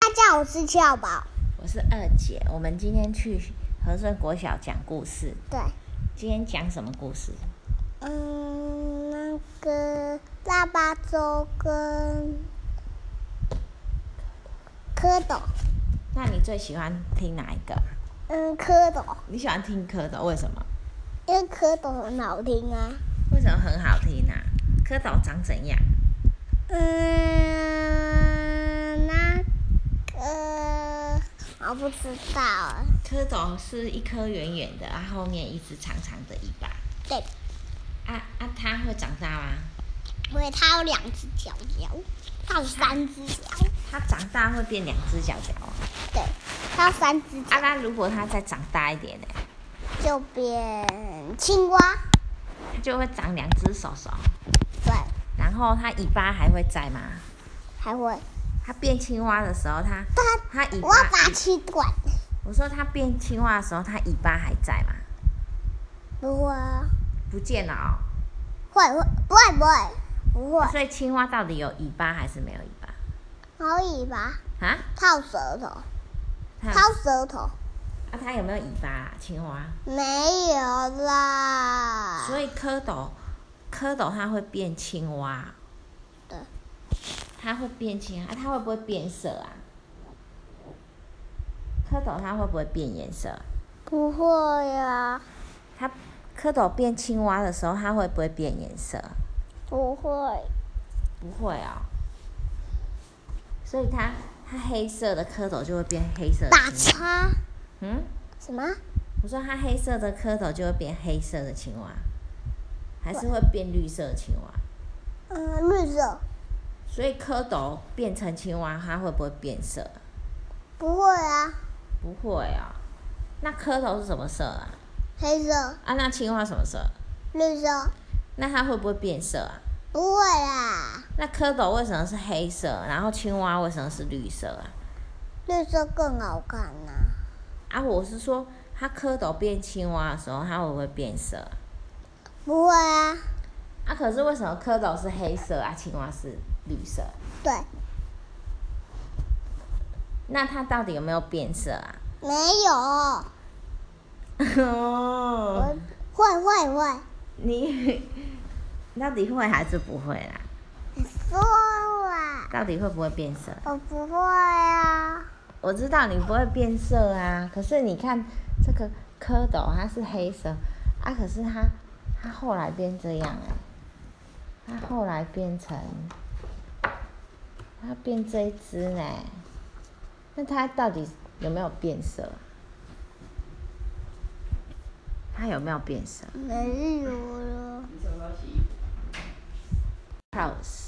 家好，我是俏宝。我是二姐，我们今天去和顺国小讲故事。对，今天讲什么故事？嗯，那个腊八粥跟蝌蚪，那你最喜欢听哪一个？嗯，蝌蚪，你喜欢听蝌蚪，为什么？因为蝌蚪很好听啊。为什么很好听啊？蝌蚪长怎样？嗯，那个我不知道啊。蝌蚪是一颗圆圆的，啊，后面一只长长的尾巴。对，啊啊，它会长大吗？因为它有两只脚脚，它有三只脚，它长大会变两只脚脚啊。对，它有三只啊，脚那如果它再长大一点呢？就变青蛙。它就会长两只手手，对，然后它尾巴还会在吗？还会，它变青蛙的时候，它它它尾巴我要把它切断。我说它变青蛙的时候，它尾巴还在吗？不会啊，不见了哦。会会不会不会不会，所以青蛙到底有尾巴还是没有尾巴好尾巴，啊？套舌头，它有套舌头，啊，它有没有尾巴、啊？青蛙？没有啦。所以蝌蚪，蝌蚪它会变青蛙。对。它会变青蛙，啊它会不会变色啊？蝌蚪它会不会变颜色？不会呀、它蝌蚪变青蛙的时候，它会不会变颜色？不会，不会哦。所以它它黑色的蝌蚪就会变黑色的打青蛙。叉嗯，什么？我说它黑色的蝌蚪就会变黑色的青蛙，还是会变绿色的青蛙？嗯，绿色所以蝌蚪变成青蛙，它会不会变色？不会啊，不会哦。那蝌蚪是什么色啊？黑色、啊，那青蛙什么色？绿色那它会不会变色啊？不会啦，那蝌蚪为什么是黑色？然后青蛙为什么是绿色啊？绿色更好看呐、啊，我是说，它蝌蚪变青蛙的时候，它会不会变色啊？不会啊，啊，可是为什么蝌蚪是黑色啊，青蛙是绿色？对，那它到底有没有变色啊？ 没有，哦我，会会会，你 到底会还是不会啦？你说啦，到底会不会变色？我不会啊，我知道你不会变色啊，可是你看这个蝌蚪，它是黑色啊，可是它它后来变这样哎、它后来变成它变这一只呢、那它到底有没有变色？它有没有变色没有了。 ？Close。